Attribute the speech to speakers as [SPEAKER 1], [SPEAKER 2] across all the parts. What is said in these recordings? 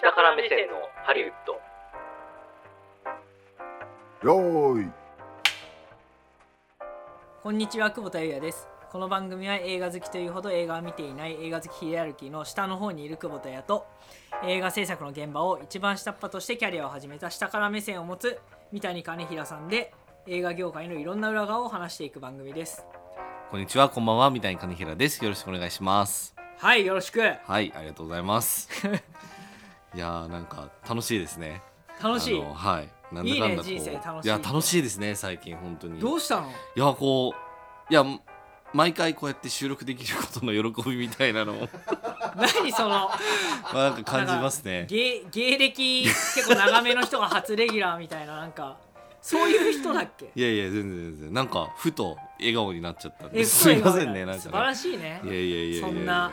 [SPEAKER 1] 下から目線のハリウッド
[SPEAKER 2] よーい
[SPEAKER 3] こんにちは久保田裕也ですこの番組は映画好きというほど映画を見ていない映画好きヒエラルキーの下の方にいる久保田裕也と映画制作の現場を一番下っ端としてキャリアを始めた下から目線を持つ三谷兼平さんで映画業界のいろんな裏側を話していく番組です
[SPEAKER 4] こんにちは、こんばんは、三谷兼平です。よろしくお願いします。
[SPEAKER 3] はいよろしく
[SPEAKER 4] はい、ありがとうござ います。いやー、なんか楽しいですね。
[SPEAKER 3] 楽しい
[SPEAKER 4] あのはい。なんだかんだこう
[SPEAKER 3] いいね人生楽しい
[SPEAKER 4] や、楽しいですね、最近本当に。
[SPEAKER 3] どう
[SPEAKER 4] い
[SPEAKER 3] したの
[SPEAKER 4] や、こう、いや、毎回こうやって収録できることの喜びみたいなのを
[SPEAKER 3] 何その
[SPEAKER 4] なんか感じ ます
[SPEAKER 3] なん
[SPEAKER 4] ね
[SPEAKER 3] か。芸芸歴結構長めの人が初レギュラーみたいななんかそういう人だっけ
[SPEAKER 4] いやいや、全然全然、なんかふと笑顔になっちゃったんで。
[SPEAKER 3] え
[SPEAKER 4] すいませんね、
[SPEAKER 3] 声が
[SPEAKER 4] なんか、ね。
[SPEAKER 3] 素晴らしいね
[SPEAKER 4] いやいやいやいやいや。
[SPEAKER 3] そんな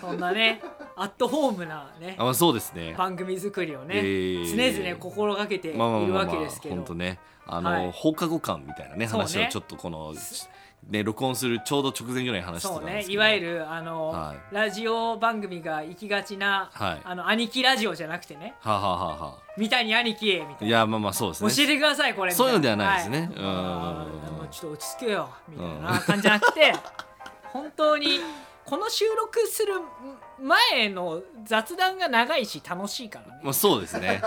[SPEAKER 3] そんなねアットホームなね
[SPEAKER 4] あ、まあ、そうですね。
[SPEAKER 3] 番組作りをね
[SPEAKER 4] いやいやいやいや
[SPEAKER 3] 常々心がけている
[SPEAKER 4] まあまあまあまあ
[SPEAKER 3] わけですけど、
[SPEAKER 4] 本当ねあの、
[SPEAKER 3] はい
[SPEAKER 4] 放課後感みたいなね
[SPEAKER 3] そうね
[SPEAKER 4] 話をちょっとこのね録音するちょうど直前ぐらいに話してた
[SPEAKER 3] そ
[SPEAKER 4] ん
[SPEAKER 3] う
[SPEAKER 4] で
[SPEAKER 3] ね
[SPEAKER 4] すけど
[SPEAKER 3] いわゆるあの、
[SPEAKER 4] は
[SPEAKER 3] ラジオ番組が行きがちな、
[SPEAKER 4] はい
[SPEAKER 3] あの兄貴ラジオじゃなくてね
[SPEAKER 4] はあはあはあは
[SPEAKER 3] 「三谷兄貴へ」み
[SPEAKER 4] あ
[SPEAKER 3] たい
[SPEAKER 4] い
[SPEAKER 3] な。
[SPEAKER 4] やまあまあそうです
[SPEAKER 3] 教
[SPEAKER 4] ね
[SPEAKER 3] えてくださいこれみた
[SPEAKER 4] そういうのではないですね
[SPEAKER 3] は
[SPEAKER 4] うん
[SPEAKER 3] あーあのちょっと落ち着けよみたいな感じじゃなくて本当にこの収録する前の雑談が長いし楽しいからね
[SPEAKER 4] まあそうですね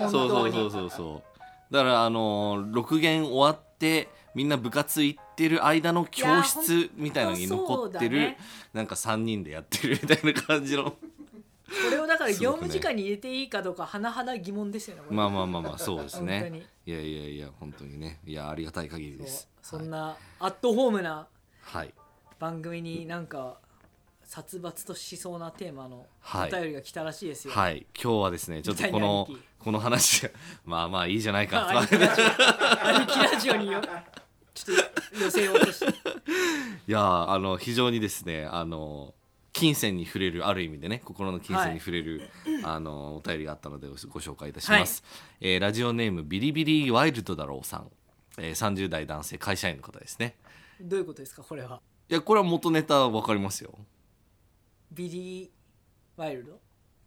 [SPEAKER 3] うん
[SPEAKER 4] そ
[SPEAKER 3] 本当
[SPEAKER 4] うそう
[SPEAKER 3] に
[SPEAKER 4] そうそうそうだからあの録元終わってみんな部活行ってる間の教室みたいなのに残ってる、
[SPEAKER 3] いやほんとそうだね
[SPEAKER 4] なんか3人でやってるみたいな感 じの
[SPEAKER 3] これをだから
[SPEAKER 4] すご
[SPEAKER 3] 業
[SPEAKER 4] くね
[SPEAKER 3] 務時間に入れていいかどうか甚だ疑問ですよね。これ
[SPEAKER 4] まあまあまあまあそうです
[SPEAKER 3] 本当
[SPEAKER 4] ね
[SPEAKER 3] に
[SPEAKER 4] いやいやいや本当にねいやありがたい限りです
[SPEAKER 3] そうそんなアットホームな
[SPEAKER 4] はい
[SPEAKER 3] 番組になんか殺伐としそうなテーマの
[SPEAKER 4] はい
[SPEAKER 3] お便りが来たらしいですよ。
[SPEAKER 4] はい、今日はですね、ちょっとこの
[SPEAKER 3] みたいな兄貴
[SPEAKER 4] この話 がまあまあいいじゃない
[SPEAKER 3] まあ
[SPEAKER 4] か
[SPEAKER 3] 兄貴ラジオ兄貴 ラジオによちょっと寄せようとして
[SPEAKER 4] いやあの非常にですね、あの金銭に触れるある意味でね、心の金銭に触れる、あのお便りがあったのでごご紹介いたします、えーラジオネームビリビリワイルドだろうさん、えー、30代男性会社員の方ですね。
[SPEAKER 3] どういうことですかこれは。
[SPEAKER 4] いやこれは元ネタわかりますよ。
[SPEAKER 3] ビリー・ワイルド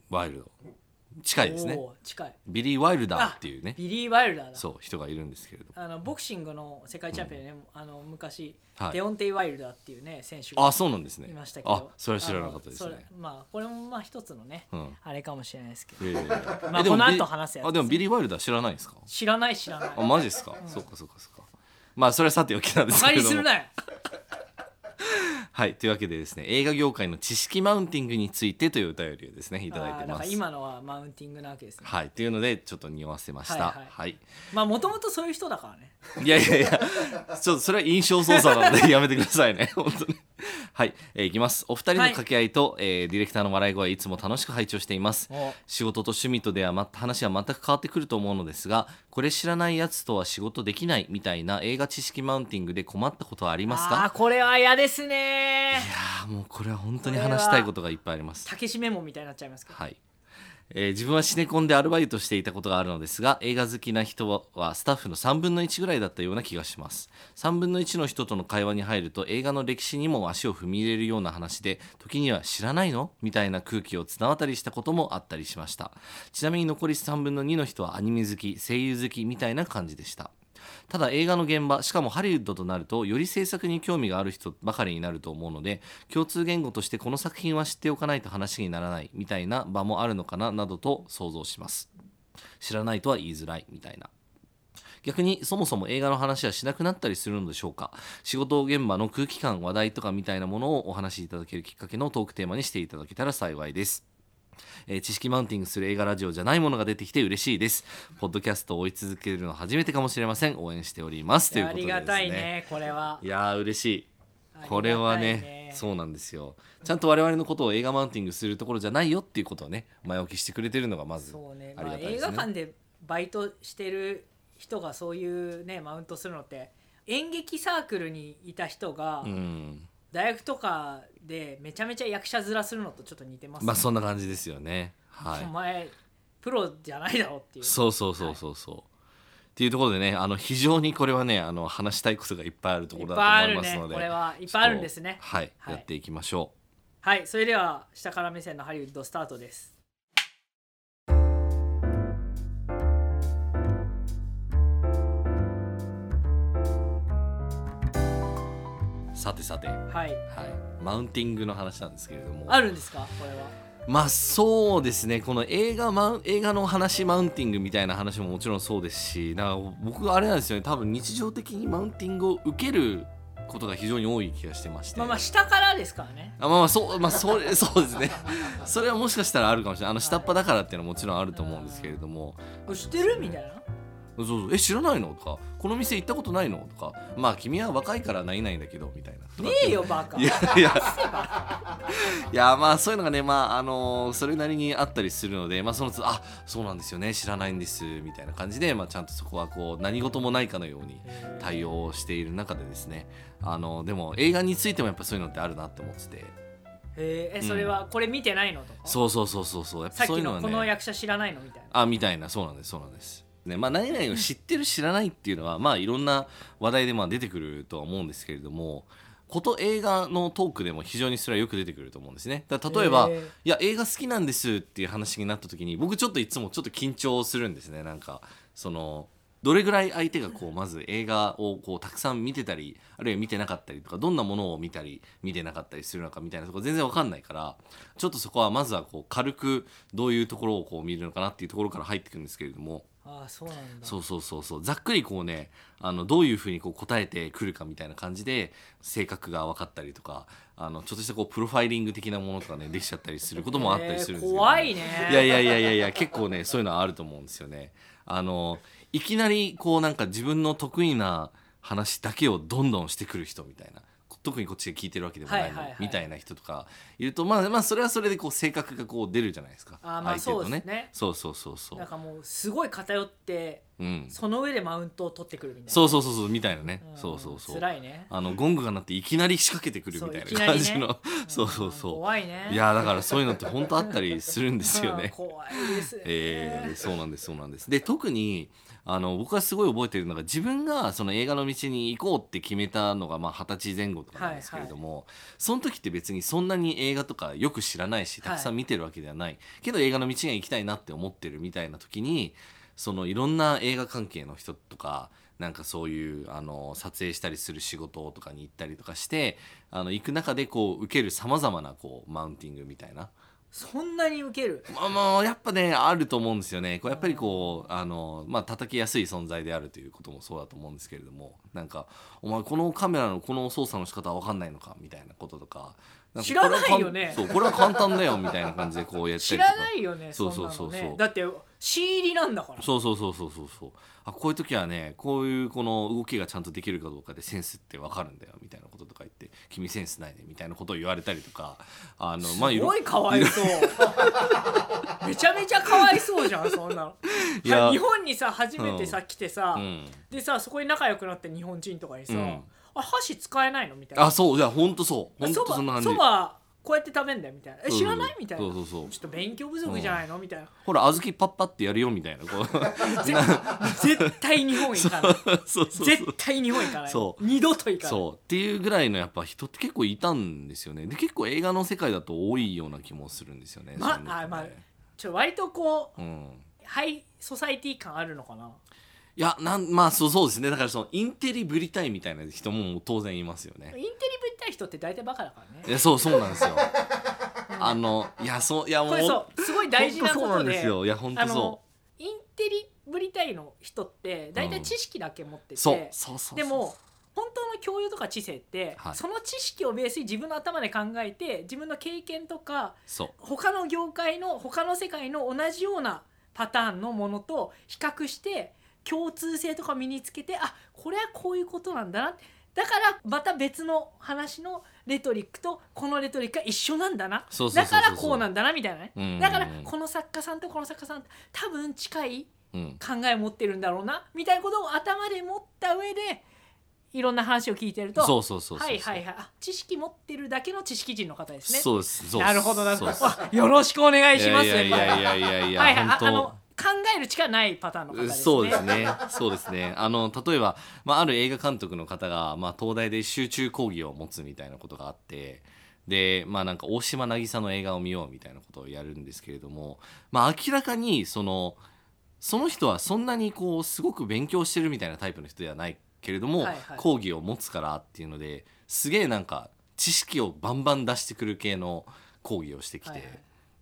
[SPEAKER 4] ワイルド近いですね。
[SPEAKER 3] おー近い。
[SPEAKER 4] ビリー・ワイルダーっていうね、
[SPEAKER 3] ビリー・ワイルダーだ。
[SPEAKER 4] そう人がいるんですけれども。
[SPEAKER 3] あのボクシングの世界チャンピオンでね、あの昔、
[SPEAKER 4] はい
[SPEAKER 3] デオンテイ・ワイルダーっていうね選手が
[SPEAKER 4] あ、そうなんですね
[SPEAKER 3] いました。けど
[SPEAKER 4] あ、それは知らなかったです
[SPEAKER 3] あのそ
[SPEAKER 4] ね
[SPEAKER 3] れ。まあこれもまあ一つのね、
[SPEAKER 4] うん
[SPEAKER 3] あれかもしれないですけど
[SPEAKER 4] ええ
[SPEAKER 3] まあ
[SPEAKER 4] えで
[SPEAKER 3] こ
[SPEAKER 4] も
[SPEAKER 3] の後
[SPEAKER 4] ビリ
[SPEAKER 3] 話すやつ
[SPEAKER 4] あでもビリー・ワイルダー知らないんですか
[SPEAKER 3] 知らない知らない
[SPEAKER 4] あマジですか、そうかそうかそうかまあそれはさておきなんです
[SPEAKER 3] バカ
[SPEAKER 4] け
[SPEAKER 3] に
[SPEAKER 4] れど
[SPEAKER 3] する
[SPEAKER 4] も
[SPEAKER 3] なよ
[SPEAKER 4] はいというわけでですね映画業界の知識マウンティングについてというお便りをですねいただい
[SPEAKER 3] あ
[SPEAKER 4] て
[SPEAKER 3] ーだ
[SPEAKER 4] ま
[SPEAKER 3] から
[SPEAKER 4] す
[SPEAKER 3] 今のはマウンティングなわけですね
[SPEAKER 4] はいというのでちょっと匂わせました
[SPEAKER 3] はいはい
[SPEAKER 4] はい、
[SPEAKER 3] まあもともとそういう人だからね
[SPEAKER 4] いやいやいや、ちょっとそれは印象操作なので やめてくださいね、本当に。はい、えーいきます。お二人の掛け合いと、えーディレクターの笑い声、いつも楽しく拝聴しています
[SPEAKER 3] お。
[SPEAKER 4] 仕事と趣味とでは、ま、話は全く変わってくると思うのですが、これ知らないやつとは仕事できないみたいな映画知識マウンティングで困ったことはあります
[SPEAKER 3] ああー
[SPEAKER 4] か
[SPEAKER 3] これは嫌ですね
[SPEAKER 4] いやーもうこれは本当に話したいことがいっぱいあります。
[SPEAKER 3] たけしメモみたいになっちゃいますけど
[SPEAKER 4] はい、えー自分はシネコンでアルバイトしていたことがあるのですが映画好きな人はスタッフの3分の1ぐらいだったような気がします3分の1の人との会話に入ると映画の歴史にも足を踏み入れるような話で時には知らないのみたいな空気を綱渡りしたこともあったりしましたちなみに残り3分の2の人はアニメ好き声優好きみたいな感じでしたただ映画の現場しかもハリウッドとなるとより制作に興味がある人ばかりになると思うので共通言語としてこの作品は知っておかないと話にならないみたいな場もあるのかななどと想像します知らないとは言いづらいみたいな逆にそもそも映画の話はしなくなったりするのでしょうか仕事現場の空気感話題とかみたいなものをお話しいただけるきっかけのトークテーマにしていただけたら幸いですえー知識マウンティングする映画ラジオじゃないものが出てきて嬉しいです。ポッドキャストを追い続けるの初めてかもしれません。応援しております。と
[SPEAKER 3] い
[SPEAKER 4] いう
[SPEAKER 3] やあ
[SPEAKER 4] ことで
[SPEAKER 3] り
[SPEAKER 4] ですね。
[SPEAKER 3] がたいねこれはい
[SPEAKER 4] やー嬉しい。
[SPEAKER 3] ありがたいね
[SPEAKER 4] これはねそうなんですよ。ちゃんと我々のことを映画マウンティングするところじゃないよっていうことをね前置きしてくれてるのがまず
[SPEAKER 3] そうね、
[SPEAKER 4] あ
[SPEAKER 3] まあ
[SPEAKER 4] りがたいで
[SPEAKER 3] 映
[SPEAKER 4] す
[SPEAKER 3] 画
[SPEAKER 4] ね。
[SPEAKER 3] 館でバイトしてる人がそういうねマウントするのって演劇サークルにいた人が
[SPEAKER 4] うん。
[SPEAKER 3] 大学とかでめちゃめちゃ役者面するのとちょっと似てますね、
[SPEAKER 4] まあそんな感じですよね。はい
[SPEAKER 3] お。前プロじゃないだろうっていう
[SPEAKER 4] そうそうそうそうそう。っていうところでねあの非常にこれはねあの話したいことがいっぱいあるところだと思いますので
[SPEAKER 3] いっぱいあるねこれはいっぱいあるんですね
[SPEAKER 4] ちょっとはい、
[SPEAKER 3] はい
[SPEAKER 4] やっていきましょう。
[SPEAKER 3] はいそれでは下から目線のハリウッドスタートです
[SPEAKER 4] さてさて、はい、
[SPEAKER 3] はい
[SPEAKER 4] マウンティングの話なんですけれども
[SPEAKER 3] あるんですかこれは
[SPEAKER 4] まあそうですねこの映画マウン映画の話マウンティングみたいな話ももちろんそうですしなんか僕あれなんですよね多分日常的にマウンティングを受けることが非常に多い気がしてまして、
[SPEAKER 3] まあまあ下からですからね
[SPEAKER 4] あまあまあそうまあそれ そうですねそれはもしかしたらあるかもしれないあの下っ端だからっていうのはもちろんあると思うんですけれども
[SPEAKER 3] 知ってるみたいな
[SPEAKER 4] そうそうえ知らないのとかこの店行ったことないのとかまあ君は若いからないないんだけどみたいなと
[SPEAKER 3] ね
[SPEAKER 4] か
[SPEAKER 3] えよバカ
[SPEAKER 4] いやいやいやまあそういうのがねまああのそれなりにあったりするのでまあそのつあそうなんですよね知らないんですみたいな感じでまあちゃんとそこはこう何事もないかのように対応をしている中でですねあのでも映画についてもやっぱそういうのってあるなって思ってて
[SPEAKER 3] へええそれはこれ見てないのとか、
[SPEAKER 4] そうそうそうそうそうやっ
[SPEAKER 3] さ
[SPEAKER 4] ぱ
[SPEAKER 3] っ
[SPEAKER 4] そう
[SPEAKER 3] き
[SPEAKER 4] いうの
[SPEAKER 3] の
[SPEAKER 4] は
[SPEAKER 3] この
[SPEAKER 4] ね
[SPEAKER 3] 役者知らないのみたいな
[SPEAKER 4] あみたいなそうなんですそうなんです。ねまあ、何々を知ってる知らないっていうのはまあいろんな話題でまあ出てくるとは思うんですけれどもこと映画のトークでも非常にそれはよく出てくると思うんですね。だから例えば、
[SPEAKER 3] へえ
[SPEAKER 4] いや映画好きなんですっていう話になった時に僕ちょっといつもちょっと緊張するんですねなんかそのどれぐらい相手がこうまず映画をこうたくさん見てたりあるいは見てなかったりとかどんなものを見たり見てなかったりするのかみたいなとこ全然わかんないからちょっとそこはまずはこう軽くどういうところをこう見るのかなっていうところから入ってくるんですけれども
[SPEAKER 3] ああそうなんだ
[SPEAKER 4] そうそうそうそうざっくりこうねあのどういうふうにこう答えてくるかみたいな感じで性格が分かったりとかあのちょっとしたこうプロファイリング的なものとかねできちゃったりすることもあったりするんです
[SPEAKER 3] へ
[SPEAKER 4] よ、
[SPEAKER 3] え怖いね
[SPEAKER 4] いやいやいやいやいや結構ねそういうのはあると思うんですよね。あのいきなりこうなんか自分の得意な話だけをどんどんしてくる人みたいな特にこっちで聞いてるわけでもないのに、
[SPEAKER 3] はいはいはい
[SPEAKER 4] みたいな人とかいるとまあまあそれはそれでこう性格がこう出るじゃないですか
[SPEAKER 3] あーまあ
[SPEAKER 4] 相手と
[SPEAKER 3] そうですね
[SPEAKER 4] そうそうそうそ
[SPEAKER 3] なん
[SPEAKER 4] う、
[SPEAKER 3] かもうすごい偏って
[SPEAKER 4] うん、
[SPEAKER 3] その上でマウントを取ってくるみたいな
[SPEAKER 4] そうそうそうそうみたいなね、
[SPEAKER 3] ん
[SPEAKER 4] そうそうそう
[SPEAKER 3] 辛いね
[SPEAKER 4] あのゴングが鳴っていきなり仕掛けてくるみたい
[SPEAKER 3] そういき
[SPEAKER 4] な
[SPEAKER 3] なり
[SPEAKER 4] 感
[SPEAKER 3] ね
[SPEAKER 4] じのそうそうそ
[SPEAKER 3] 怖いね
[SPEAKER 4] ういやだからそういうのって本当あったりするんですよ
[SPEAKER 3] うん
[SPEAKER 4] ね
[SPEAKER 3] 怖いですね
[SPEAKER 4] えーそうなんですそうなんですで特にあの僕がすごい覚えてるのが自分がその映画の道に行こうって決めたのがまあ二十歳前後とかなんですけれども、その時って別にそんなに映画とかよく知らないしたくさん見てるわけではない、けど映画の道には行きたいなって思ってるみたいな時にそのいろんな映画関係の人とかなんかそういうあの撮影したりする仕事とかに行ったりとかしてあの行く中でこう受けるさまざまなこうマウンティングみたいな
[SPEAKER 3] そんなに受ける
[SPEAKER 4] まあまあやっぱねあると思うんですよね。こうやっぱりこうあのまあ叩きやすい存在であるということもそうだと思うんですけれども、なんかお前このカメラのこの操作の仕方わかんないのかみたいなこととか、んか
[SPEAKER 3] 知らないよね
[SPEAKER 4] これはかんそうこれは簡単だよみたいな感じでこうやった
[SPEAKER 3] 知
[SPEAKER 4] りとか。
[SPEAKER 3] らないよね
[SPEAKER 4] そ
[SPEAKER 3] そうう
[SPEAKER 4] そ
[SPEAKER 3] そううそう
[SPEAKER 4] そそう
[SPEAKER 3] うねだって仕入りなんだから
[SPEAKER 4] そうそうそうそうそうそうあこういう時はねこういうこの動きがちゃんとできるかどうかでセンスってわかるんだよみたいなこととか言って君センスないねみたいなことを言われたりとかあのまあい
[SPEAKER 3] す
[SPEAKER 4] ろ
[SPEAKER 3] ごいかわい そうめちゃめちゃかわいそうじゃんそんなの
[SPEAKER 4] いや
[SPEAKER 3] 日本にさ初めてさ、来てさ、
[SPEAKER 4] うん
[SPEAKER 3] でさそこに仲良くなって日本人とかにさ、
[SPEAKER 4] うん
[SPEAKER 3] あ箸使えないのみたいな
[SPEAKER 4] あそういやほんとそうほん
[SPEAKER 3] そ
[SPEAKER 4] とそん
[SPEAKER 3] ば
[SPEAKER 4] な感じ
[SPEAKER 3] そばこうやって食べんだよみたいなえ
[SPEAKER 4] そうそう
[SPEAKER 3] 知らないみたいな
[SPEAKER 4] そうそうそう
[SPEAKER 3] ちょっと勉強不足じゃないのみたいな
[SPEAKER 4] ほら小豆パッパってやるよみたいなこ う
[SPEAKER 3] ぜ絶対日本行か ない
[SPEAKER 4] そうそうそう
[SPEAKER 3] 絶対日本行かない
[SPEAKER 4] そう
[SPEAKER 3] 二度と行かない
[SPEAKER 4] そうっていうぐらいのやっぱ人って結構いたんですよねで結構映画の世界だと多いような気もするんですよね
[SPEAKER 3] ま
[SPEAKER 4] そういうのってね
[SPEAKER 3] あまあちょっと割とこう
[SPEAKER 4] うん
[SPEAKER 3] ハイソサイティ感あるのかない
[SPEAKER 4] やなんまあそうそうですねだからそのインテリぶりたいみたいな人も当然いますよ
[SPEAKER 3] インテ
[SPEAKER 4] ね
[SPEAKER 3] リぶりたい人って大体バカだから
[SPEAKER 4] い
[SPEAKER 3] ね
[SPEAKER 4] やそうそうなんですよあのいやそういやもう
[SPEAKER 3] これそうすごい大事なこ
[SPEAKER 4] ほんそうな
[SPEAKER 3] と
[SPEAKER 4] んで
[SPEAKER 3] です
[SPEAKER 4] よいや本
[SPEAKER 3] あ
[SPEAKER 4] 当そ
[SPEAKER 3] のインテリぶりたいの人って大体知識だけ持って
[SPEAKER 4] う
[SPEAKER 3] て、
[SPEAKER 4] そうそうそうそう
[SPEAKER 3] でも本当の教養とか知性って、
[SPEAKER 4] はい
[SPEAKER 3] その知識をベースに自分の頭で考えて自分の経験とか
[SPEAKER 4] そう
[SPEAKER 3] 他の業界の他の世界の同じようなパターンのものと比較して共通性とか身につけてあこれはこういうことなんだなだからまた別の話のレトリックとこのレトリックが一緒なんだな
[SPEAKER 4] そうそうそう
[SPEAKER 3] だ
[SPEAKER 4] そ
[SPEAKER 3] から
[SPEAKER 4] う
[SPEAKER 3] こうなんだなみたいなね
[SPEAKER 4] うんうんうん
[SPEAKER 3] だからこの作家さんとこの作家さん多分近い
[SPEAKER 4] うん
[SPEAKER 3] 考え持ってるんだろうなみたいなことを頭で持った上でいろんな話を聞いてると
[SPEAKER 4] そうそうそうそう
[SPEAKER 3] はいはいはいあ知識持ってるだけの知識人の方ですね
[SPEAKER 4] そうですそうで
[SPEAKER 3] な
[SPEAKER 4] す
[SPEAKER 3] るほどなるほ
[SPEAKER 4] そ
[SPEAKER 3] ど
[SPEAKER 4] うです
[SPEAKER 3] わよろしくお願いします
[SPEAKER 4] いやいやいやいやいや
[SPEAKER 3] はいはいああの
[SPEAKER 4] 本
[SPEAKER 3] 考える力ないパターンの方
[SPEAKER 4] 当
[SPEAKER 3] ですね
[SPEAKER 4] そうですねそうですねあの例えば、まあ、ある映画監督の方が、まあ、東大で集中講義を持つみたいなことがあってでまあなんか大島渚の映画を見ようみたいなことをやるんですけれども、まあ、明らかにそのその人はそんなにこうすごく勉強してるみたいなタイプの人ではないけれども、
[SPEAKER 3] はいはい
[SPEAKER 4] 講義を持つからっていうのですげえなんか知識をバンバン出してくる系の講義をしてきて、
[SPEAKER 3] はいはい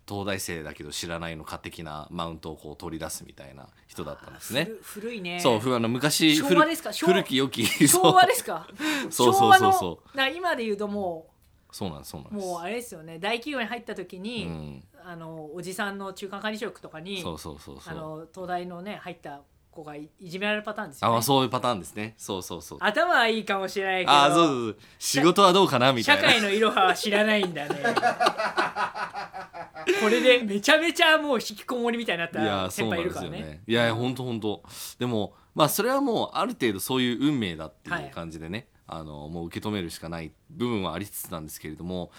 [SPEAKER 4] 東大生だけど知らないのか的なマウントをこう取り出すみたいな人だったんですね。
[SPEAKER 3] 古古いね
[SPEAKER 4] そうふあの昔
[SPEAKER 3] 昭和
[SPEAKER 4] 古
[SPEAKER 3] ですか昭和
[SPEAKER 4] 古き良き
[SPEAKER 3] 昭和
[SPEAKER 4] そう
[SPEAKER 3] ですか
[SPEAKER 4] そうそうそうそう
[SPEAKER 3] 昭和のだから今で言うとも
[SPEAKER 4] そうなんですそうなん
[SPEAKER 3] う
[SPEAKER 4] です
[SPEAKER 3] もうあれですよね大企業に入った時に、
[SPEAKER 4] うん、
[SPEAKER 3] あのおじさんの中間管理職とかに
[SPEAKER 4] そうそうそうそ
[SPEAKER 3] あ
[SPEAKER 4] う
[SPEAKER 3] の東大のね入った子がいいじめられるパターンですよ、ね
[SPEAKER 4] あ、そういうパターンですねそうそうそう
[SPEAKER 3] 頭はいいかもしれないけど
[SPEAKER 4] あそうそうそう仕事はどうかなみた
[SPEAKER 3] 社
[SPEAKER 4] いな
[SPEAKER 3] 会のいろはは知らないんだ ねこれでめちゃめちゃもう引きこもりみたいになっ
[SPEAKER 4] いや
[SPEAKER 3] た
[SPEAKER 4] そ
[SPEAKER 3] 先
[SPEAKER 4] うな
[SPEAKER 3] 輩い
[SPEAKER 4] ん
[SPEAKER 3] る
[SPEAKER 4] で
[SPEAKER 3] か
[SPEAKER 4] す
[SPEAKER 3] ら
[SPEAKER 4] よ
[SPEAKER 3] ね
[SPEAKER 4] ねいやいや本当本当でもまあそれはもうある程度そういう運命だっていう感じでね、あのもう受け止めるしかない部分はありつつなんですけれども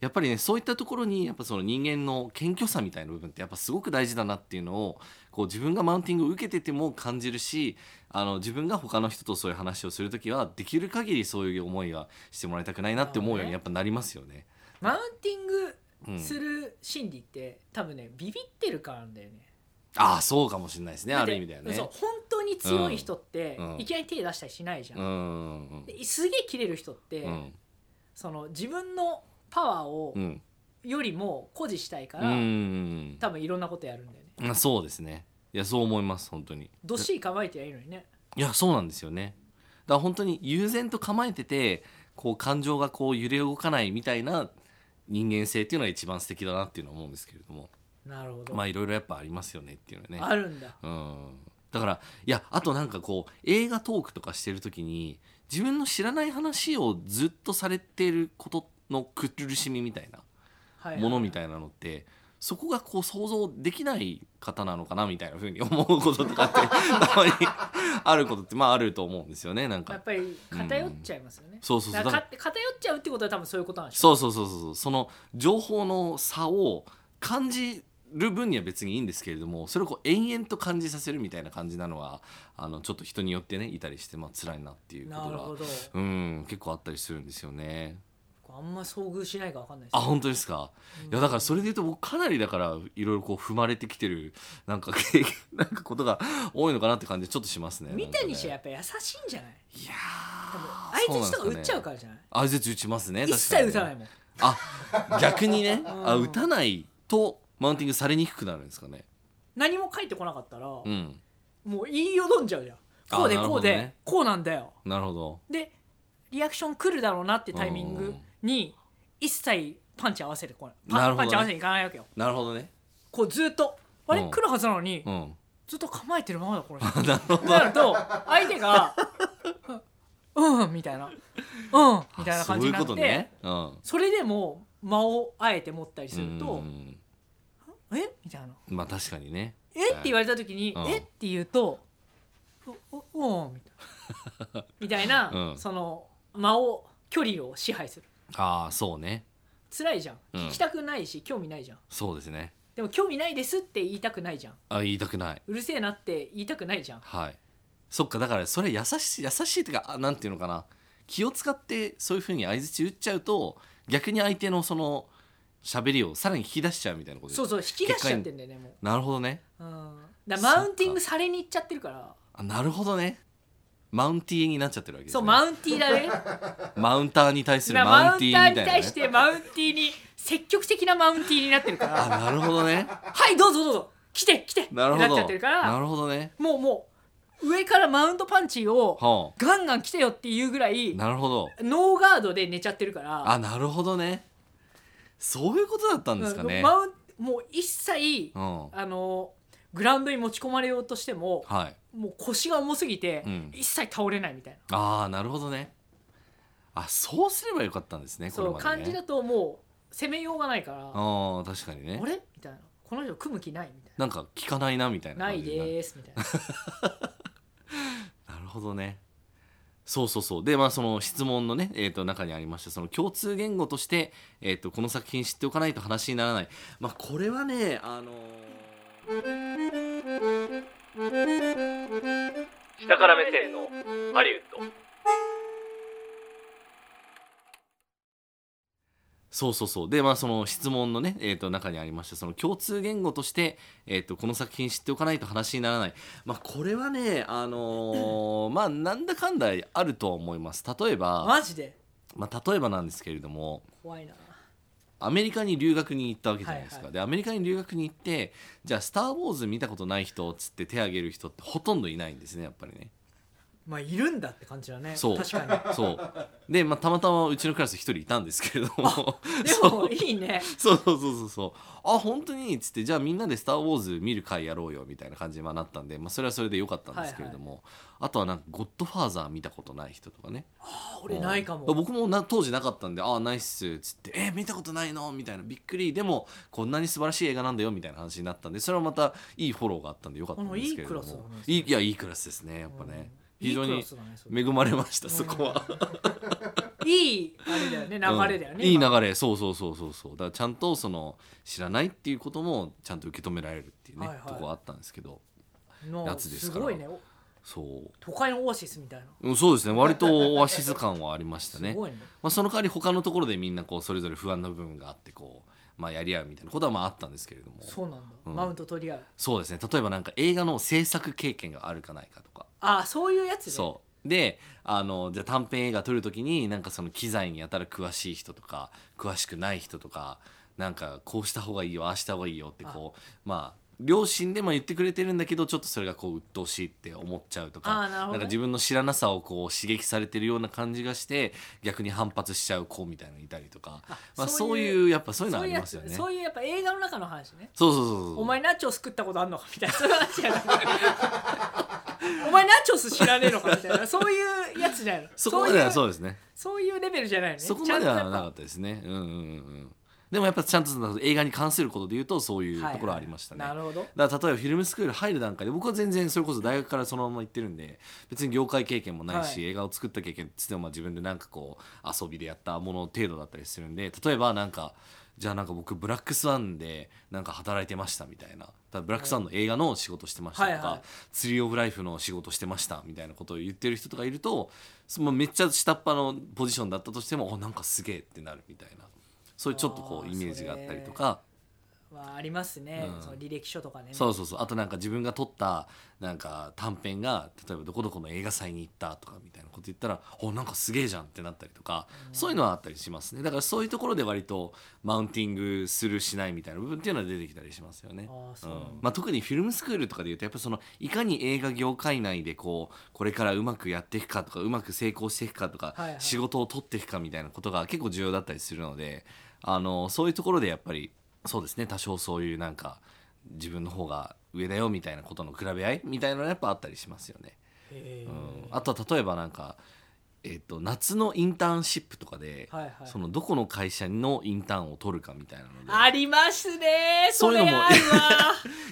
[SPEAKER 4] やっぱりねそういったところにやっぱその人間の謙虚さみたいな部分ってやっぱすごく大事だなっていうのをこう自分がマウンティングを受けてても感じるしあの自分が他の人とそういう話をするときはできる限りそういう思いはしてもらいたくないなって思うようにやっぱなりますよね。
[SPEAKER 3] マウンティング
[SPEAKER 4] うん、
[SPEAKER 3] する心理って、多分ねビビってるからなんだよね
[SPEAKER 4] ああそうかもしれないですねある意味だよね。
[SPEAKER 3] そう本当に強い人って、
[SPEAKER 4] うん
[SPEAKER 3] いきなり手出したりしないじゃん、
[SPEAKER 4] うんうん
[SPEAKER 3] ですげえ切れる人って、
[SPEAKER 4] うん
[SPEAKER 3] その自分のパワーを
[SPEAKER 4] うん
[SPEAKER 3] よりも誇示したいか
[SPEAKER 4] う
[SPEAKER 3] ら、
[SPEAKER 4] ん
[SPEAKER 3] 多分いろんなことやるんだよね
[SPEAKER 4] まあそうですねいやそう思います本当に
[SPEAKER 3] どっしり構えてりゃいいのにね
[SPEAKER 4] いやそうなんですよねだから本当に悠然と構えててこう感情がこう揺れ動かないみたいな人間性っていうのが一番素敵だなっていうのは思うんですけれども
[SPEAKER 3] なるほど、
[SPEAKER 4] まあいろいろやっぱありますよねっていうのはね
[SPEAKER 3] あるんだ
[SPEAKER 4] うんだからいやあとなんかこう映画トークとかしてる時に自分の知らない話をずっとされてることの苦しみみたいな
[SPEAKER 3] はい
[SPEAKER 4] ものみたいなのってそこがこう想像できない方なのかなみたいなふうに思うことと かってたまにあることってまああると思うんですよねなん
[SPEAKER 3] や
[SPEAKER 4] か
[SPEAKER 3] っぱり偏っちゃいますよね、
[SPEAKER 4] そうそうそう
[SPEAKER 3] だ
[SPEAKER 4] だ
[SPEAKER 3] か
[SPEAKER 4] からら
[SPEAKER 3] か偏っちゃうってことは多分そういうことなんでしょ
[SPEAKER 4] そうそうそうそうそうその情報の差を感じる分には別にいいんですけれどもそれをこう延々と感じさせるみたいな感じなのはあのちょっと人によってねいたりしてまあ辛いなっていうこ
[SPEAKER 3] なるほ
[SPEAKER 4] と
[SPEAKER 3] ど
[SPEAKER 4] がうん結構あったりするんですよね。
[SPEAKER 3] 僕あんま遭遇しないから分かんないです
[SPEAKER 4] あ本当ですか、
[SPEAKER 3] うん
[SPEAKER 4] いやだからそれで言うと僕かなりだからいろいろこう踏まれてきてるなんか経験 なんかことが多いのかなって感じちょっとしますね
[SPEAKER 3] 三谷氏はや
[SPEAKER 4] なんかね
[SPEAKER 3] っぱ優しいんじゃない
[SPEAKER 4] いや
[SPEAKER 3] 多分
[SPEAKER 4] ー
[SPEAKER 3] 相手ちとか
[SPEAKER 4] そうなん
[SPEAKER 3] 打っ
[SPEAKER 4] です
[SPEAKER 3] ちゃ
[SPEAKER 4] かね
[SPEAKER 3] うからじゃない、
[SPEAKER 4] 相槌打ちますね
[SPEAKER 3] 一切打たない
[SPEAKER 4] い
[SPEAKER 3] もん
[SPEAKER 4] あ逆にね、あ
[SPEAKER 3] うん
[SPEAKER 4] 打たないとマウンティングされにくくなるんですかね
[SPEAKER 3] 何も書いてこなかったら、
[SPEAKER 4] うん
[SPEAKER 3] もう言いよどんじゃうじゃんこうで
[SPEAKER 4] なる
[SPEAKER 3] こ
[SPEAKER 4] ほ
[SPEAKER 3] う
[SPEAKER 4] ど
[SPEAKER 3] で、
[SPEAKER 4] ね
[SPEAKER 3] こうなんだよ
[SPEAKER 4] なるほど
[SPEAKER 3] でリアクション来るだろうなってタイミングに一切パンチ合わせてこないパ
[SPEAKER 4] な
[SPEAKER 3] ン,、
[SPEAKER 4] る
[SPEAKER 3] パ
[SPEAKER 4] ほどね
[SPEAKER 3] ンチ合わせにいかないわけよ
[SPEAKER 4] なるほどね
[SPEAKER 3] こうずっとあれ、
[SPEAKER 4] うん
[SPEAKER 3] 来るはずなのに、
[SPEAKER 4] うん
[SPEAKER 3] ずっと構えてるままだこれ
[SPEAKER 4] なるほど
[SPEAKER 3] そうなると相手が 「うん」みたいな「うん」みたいな感じになっ
[SPEAKER 4] そういうこと
[SPEAKER 3] て
[SPEAKER 4] ねうん
[SPEAKER 3] それでも間をあえて持ったりする
[SPEAKER 4] う
[SPEAKER 3] と
[SPEAKER 4] ん
[SPEAKER 3] 「えみたいな
[SPEAKER 4] まあ確かにね
[SPEAKER 3] 「えっ?」て言われた時に
[SPEAKER 4] う
[SPEAKER 3] 「
[SPEAKER 4] ん
[SPEAKER 3] えっ?」て言うと「おおおーみたいなみたいな、
[SPEAKER 4] うん
[SPEAKER 3] その間を距離を支配する
[SPEAKER 4] ああそうね
[SPEAKER 3] 辛いじゃん
[SPEAKER 4] うん
[SPEAKER 3] 聞きたくないし、興味ないじゃん
[SPEAKER 4] そうですね
[SPEAKER 3] でも興味ないですって言いたくないじゃん
[SPEAKER 4] あ言いたくないう
[SPEAKER 3] るせえなって言いたくないじゃん
[SPEAKER 4] はい。そっかだからそれ優しい優しいっていうかあなんていうのかな気を使ってそういう風に相槌打っちゃうと逆に相手のその喋りをさらに引き出しちゃうみたいなことです
[SPEAKER 3] そうそう引き出しちゃってんだよねも
[SPEAKER 4] なるほどね
[SPEAKER 3] う、うん、だからマウンティングされに行っちゃってるから
[SPEAKER 4] あなるほどねマウンティーになっちゃってるわけです、ね、
[SPEAKER 3] そうマウンティー だね。
[SPEAKER 4] マウンターに対する
[SPEAKER 3] マ
[SPEAKER 4] マウ
[SPEAKER 3] ウンタ
[SPEAKER 4] ンティ
[SPEAKER 3] ー
[SPEAKER 4] ー
[SPEAKER 3] に
[SPEAKER 4] みたいな、
[SPEAKER 3] 対し
[SPEAKER 4] ね、
[SPEAKER 3] てマウンティーに積極的なマウンティーになってるから。
[SPEAKER 4] あ
[SPEAKER 3] は
[SPEAKER 4] なるほどね
[SPEAKER 3] いどうぞどうぞ来て来てって
[SPEAKER 4] なる
[SPEAKER 3] な
[SPEAKER 4] ほ
[SPEAKER 3] っ
[SPEAKER 4] ど
[SPEAKER 3] ちゃってるから
[SPEAKER 4] なるほどね
[SPEAKER 3] もうもう上からマウントパンチを
[SPEAKER 4] は
[SPEAKER 3] ガンガン来てよっていうぐらい
[SPEAKER 4] あなるほど
[SPEAKER 3] ノーガードで寝ちゃってるから。
[SPEAKER 4] あなるほどねそういうことだったんですか
[SPEAKER 3] うん
[SPEAKER 4] ね
[SPEAKER 3] マウンもう一切、
[SPEAKER 4] うん
[SPEAKER 3] あのグラウンドに持ち込まれようとしても
[SPEAKER 4] はい
[SPEAKER 3] もう腰が重すぎて、
[SPEAKER 4] うん
[SPEAKER 3] 一切倒れないみたいな。
[SPEAKER 4] ああなるほどねあそうすればよかったんですねこ
[SPEAKER 3] そ
[SPEAKER 4] れ
[SPEAKER 3] う
[SPEAKER 4] までね
[SPEAKER 3] 感じだともう攻めようがないから。
[SPEAKER 4] あー確かにね
[SPEAKER 3] あれみたいなこの人組む気ないみたい
[SPEAKER 4] なんか聞かないなみたいな
[SPEAKER 3] なな
[SPEAKER 4] 感
[SPEAKER 3] い
[SPEAKER 4] じになる
[SPEAKER 3] ですみたい な
[SPEAKER 4] なるほどねそうそうそうでまあその質問のね、えー、と中にありましたその共通言語として、えー、とこの作品知っておかないと話にならないまあこれはねあの
[SPEAKER 1] 下から目線のハリウッド。
[SPEAKER 4] そうそうそうでまあその質問のね、えー、と中にありましたその共通言語として、えー、とこの作品知っておかないと話にならないまあこれはねあの ーまあなんだかんだあるとは思います例えば、
[SPEAKER 3] マジで
[SPEAKER 4] まあ、例えばなんですけれども
[SPEAKER 3] 怖いな
[SPEAKER 4] アメリカに留学に行ったわけじゃないですか、
[SPEAKER 3] はいは
[SPEAKER 4] でアメリカに留学に行ってじゃあ「スター・ウォーズ」見たことない人っつって手挙げる人ってほとんどいないんですねやっぱりね
[SPEAKER 3] まあいるんだって感じだね
[SPEAKER 4] そう
[SPEAKER 3] 確か
[SPEAKER 4] そうで、まあ、たまたまうちのクラス一人いたんですけれども
[SPEAKER 3] にで
[SPEAKER 4] そう
[SPEAKER 3] もいいね
[SPEAKER 4] そうそうそうそうそうあ本当にっつってじゃあみんなで「スター・ウォーズ」見る会やろうよみたいな感じにまあなったんで、まあ、それはそれで良かったんですけれども、あとはなんか「ゴッドファーザー」見たことない人とかね
[SPEAKER 3] あ俺ないかも
[SPEAKER 4] うん僕もな当時なかったんで「ああないっす」っつって「え見たことないの?」みたいなびっくりでもこんなに素晴らしい映画なんだよみたいな話になったんでそれはまたいいフォローがあったんでよかったんですけれども
[SPEAKER 3] あのいいクラスだね
[SPEAKER 4] いいいやいいクラスですねやっぱね、
[SPEAKER 3] うん
[SPEAKER 4] 非
[SPEAKER 3] い
[SPEAKER 4] 常
[SPEAKER 3] いクラ
[SPEAKER 4] に
[SPEAKER 3] スだねそれ
[SPEAKER 4] 恵まれましたそこは。
[SPEAKER 3] いいあれだよね流れだよね、
[SPEAKER 4] うんいい
[SPEAKER 3] 今
[SPEAKER 4] 流れそうそうそうそうそうだからちゃんとその知らないっていうこともちゃんと受け止められるっていうね、
[SPEAKER 3] はいはい
[SPEAKER 4] とこはあったんですけど
[SPEAKER 3] の
[SPEAKER 4] やつですから
[SPEAKER 3] ごいねお
[SPEAKER 4] そ
[SPEAKER 3] 都会のオアシスみたいな、
[SPEAKER 4] ううんそうですね割とオアシス感はありました ね
[SPEAKER 3] すごいね
[SPEAKER 4] まあ、その代わり他のところでみんなこうそれぞれ不安な部分があってこう、まあ、やり合うみたいなことはまああったんですけれども
[SPEAKER 3] そうなんだ、
[SPEAKER 4] うん
[SPEAKER 3] マウント取り合う
[SPEAKER 4] そうですね例えばなんか映画の制作経験があるかないかとか
[SPEAKER 3] ああそういうやつね
[SPEAKER 4] そうであのじゃあ短編映画撮る時になんかその機材にやたら詳しい人とか詳しくない人とかなんかこうした方がいいよああした方がいいよってこうまあ両親でも言ってくれてるんだけどちょっとそれがこう鬱陶しいって思っちゃうと
[SPEAKER 3] あ
[SPEAKER 4] か
[SPEAKER 3] ーなるほどね
[SPEAKER 4] んか自分の知らなさをこう刺激されてるような感じがして逆に反発しちゃう子みたいなのいたりとかまあ、
[SPEAKER 3] そ
[SPEAKER 4] そうう
[SPEAKER 3] いう
[SPEAKER 4] いうやっぱそういうの
[SPEAKER 3] そ
[SPEAKER 4] あ
[SPEAKER 3] ういう
[SPEAKER 4] り
[SPEAKER 3] や
[SPEAKER 4] ま
[SPEAKER 3] つ
[SPEAKER 4] すよね。
[SPEAKER 3] そういうやっぱ映画の中の話ね
[SPEAKER 4] そうそうそうそう
[SPEAKER 3] お前ナチョス食ったことあんのかみたいなそういう話じ ゃないお前ナチョス知らねえのかみたいなそういうやつじゃないの
[SPEAKER 4] そこまでは
[SPEAKER 3] そういう
[SPEAKER 4] そうですね。
[SPEAKER 3] そういうレベルじゃないのね
[SPEAKER 4] そこまでは
[SPEAKER 3] ちゃん
[SPEAKER 4] な
[SPEAKER 3] とや
[SPEAKER 4] か
[SPEAKER 3] っ
[SPEAKER 4] ったですね。うんうんうんうん。でもやっぱちゃんとその映画に関することで言うとそういう
[SPEAKER 3] ぱ
[SPEAKER 4] ところはありましたね。
[SPEAKER 3] はいはいなるほど
[SPEAKER 4] だから例えばフィルムスクール入る段階で僕は全然それこそ大学からそのまま行ってるんで別に業界経験もないし、
[SPEAKER 3] は
[SPEAKER 4] 映画を作った経験って言ってもまあ自分でなんかこう遊びでやったもの程度だったりするんで例えばなんかじゃあなんか僕ブラックスワンでなんか働いてましたみたいなだからブラックスワンの映画の仕事してましたとか、
[SPEAKER 3] はいはい
[SPEAKER 4] ツリー・オブ・ライフの仕事してましたみたいなことを言ってる人とかいるとそのめっちゃ下っ端のポジションだったとしてもおなんかすげえってなるみたいなそういうちょっとこ
[SPEAKER 3] あ
[SPEAKER 4] う
[SPEAKER 3] ー
[SPEAKER 4] イメージがあったりとか
[SPEAKER 3] はありますね、
[SPEAKER 4] うん
[SPEAKER 3] その履歴書とかね
[SPEAKER 4] そうそうそうあとなんか自分が撮ったなんか短編が例えばどこどこの映画祭に行ったとかみたいなこと言ったらおなんかすげえじゃんってなったりとか、そういうのはあったりしますねだからそういうところで割とマウンティングするしないみたいな部分っていうのは出てきたりしますよね。
[SPEAKER 3] あーそう
[SPEAKER 4] う
[SPEAKER 3] なんんだ
[SPEAKER 4] まあ、特にフィルムスクールとかでいうとやっぱそのいかに映画業界内でこうこれからうまくやっていくかとかうまく成功していくかとか、
[SPEAKER 3] はいはい
[SPEAKER 4] 仕事を取っていくかみたいなことが結構重要だったりするのであのそういうところでやっぱりそうですね多少そういうなんか自分の方が上だよみたいなことの比べ合いみたいなのがやっぱあったりしますよね。
[SPEAKER 3] へー
[SPEAKER 4] うん、あとは例えばなんか、えっと夏のインターンシップとかで、
[SPEAKER 3] はいはい
[SPEAKER 4] そのどこの会社のインターンを取るかみたいなので。
[SPEAKER 3] ありますねそ
[SPEAKER 4] そうい
[SPEAKER 3] れ
[SPEAKER 4] うのも
[SPEAKER 3] あるわ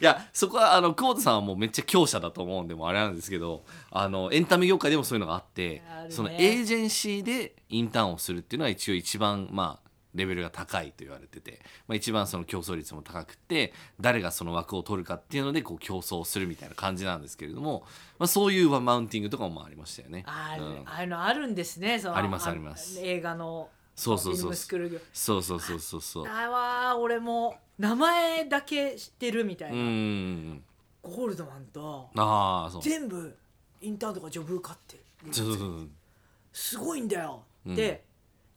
[SPEAKER 4] いやそこはあの久保田さんはもうめっちゃ強者だと思うんでもうあれなんですけどあのエンタメ業界でもそういうのがあって
[SPEAKER 3] あるね
[SPEAKER 4] そのエージェンシーでインターンをするっていうのは一応一番まあレベルが高いと言われてて、まあ、一番その競争率も高くて誰がその枠を取るかっていうのでこう競争するみたいな感じなんですけれども、まあ、そういうマウンティングとかもまあありましたよね。
[SPEAKER 3] ある、
[SPEAKER 4] うん
[SPEAKER 3] ああいうのあるんですねその
[SPEAKER 4] ありますあります
[SPEAKER 3] 映画の
[SPEAKER 4] そうそう
[SPEAKER 3] フィル
[SPEAKER 4] そう
[SPEAKER 3] ムスクール業
[SPEAKER 4] そうそうそうそうそう
[SPEAKER 3] あわー俺も名前だけ知ってるみたいうな、
[SPEAKER 4] ん
[SPEAKER 3] ゴールドマンと
[SPEAKER 4] ああそう
[SPEAKER 3] 全部インターンとかジョブ受かってる
[SPEAKER 4] そうそうそう
[SPEAKER 3] すごいんだよって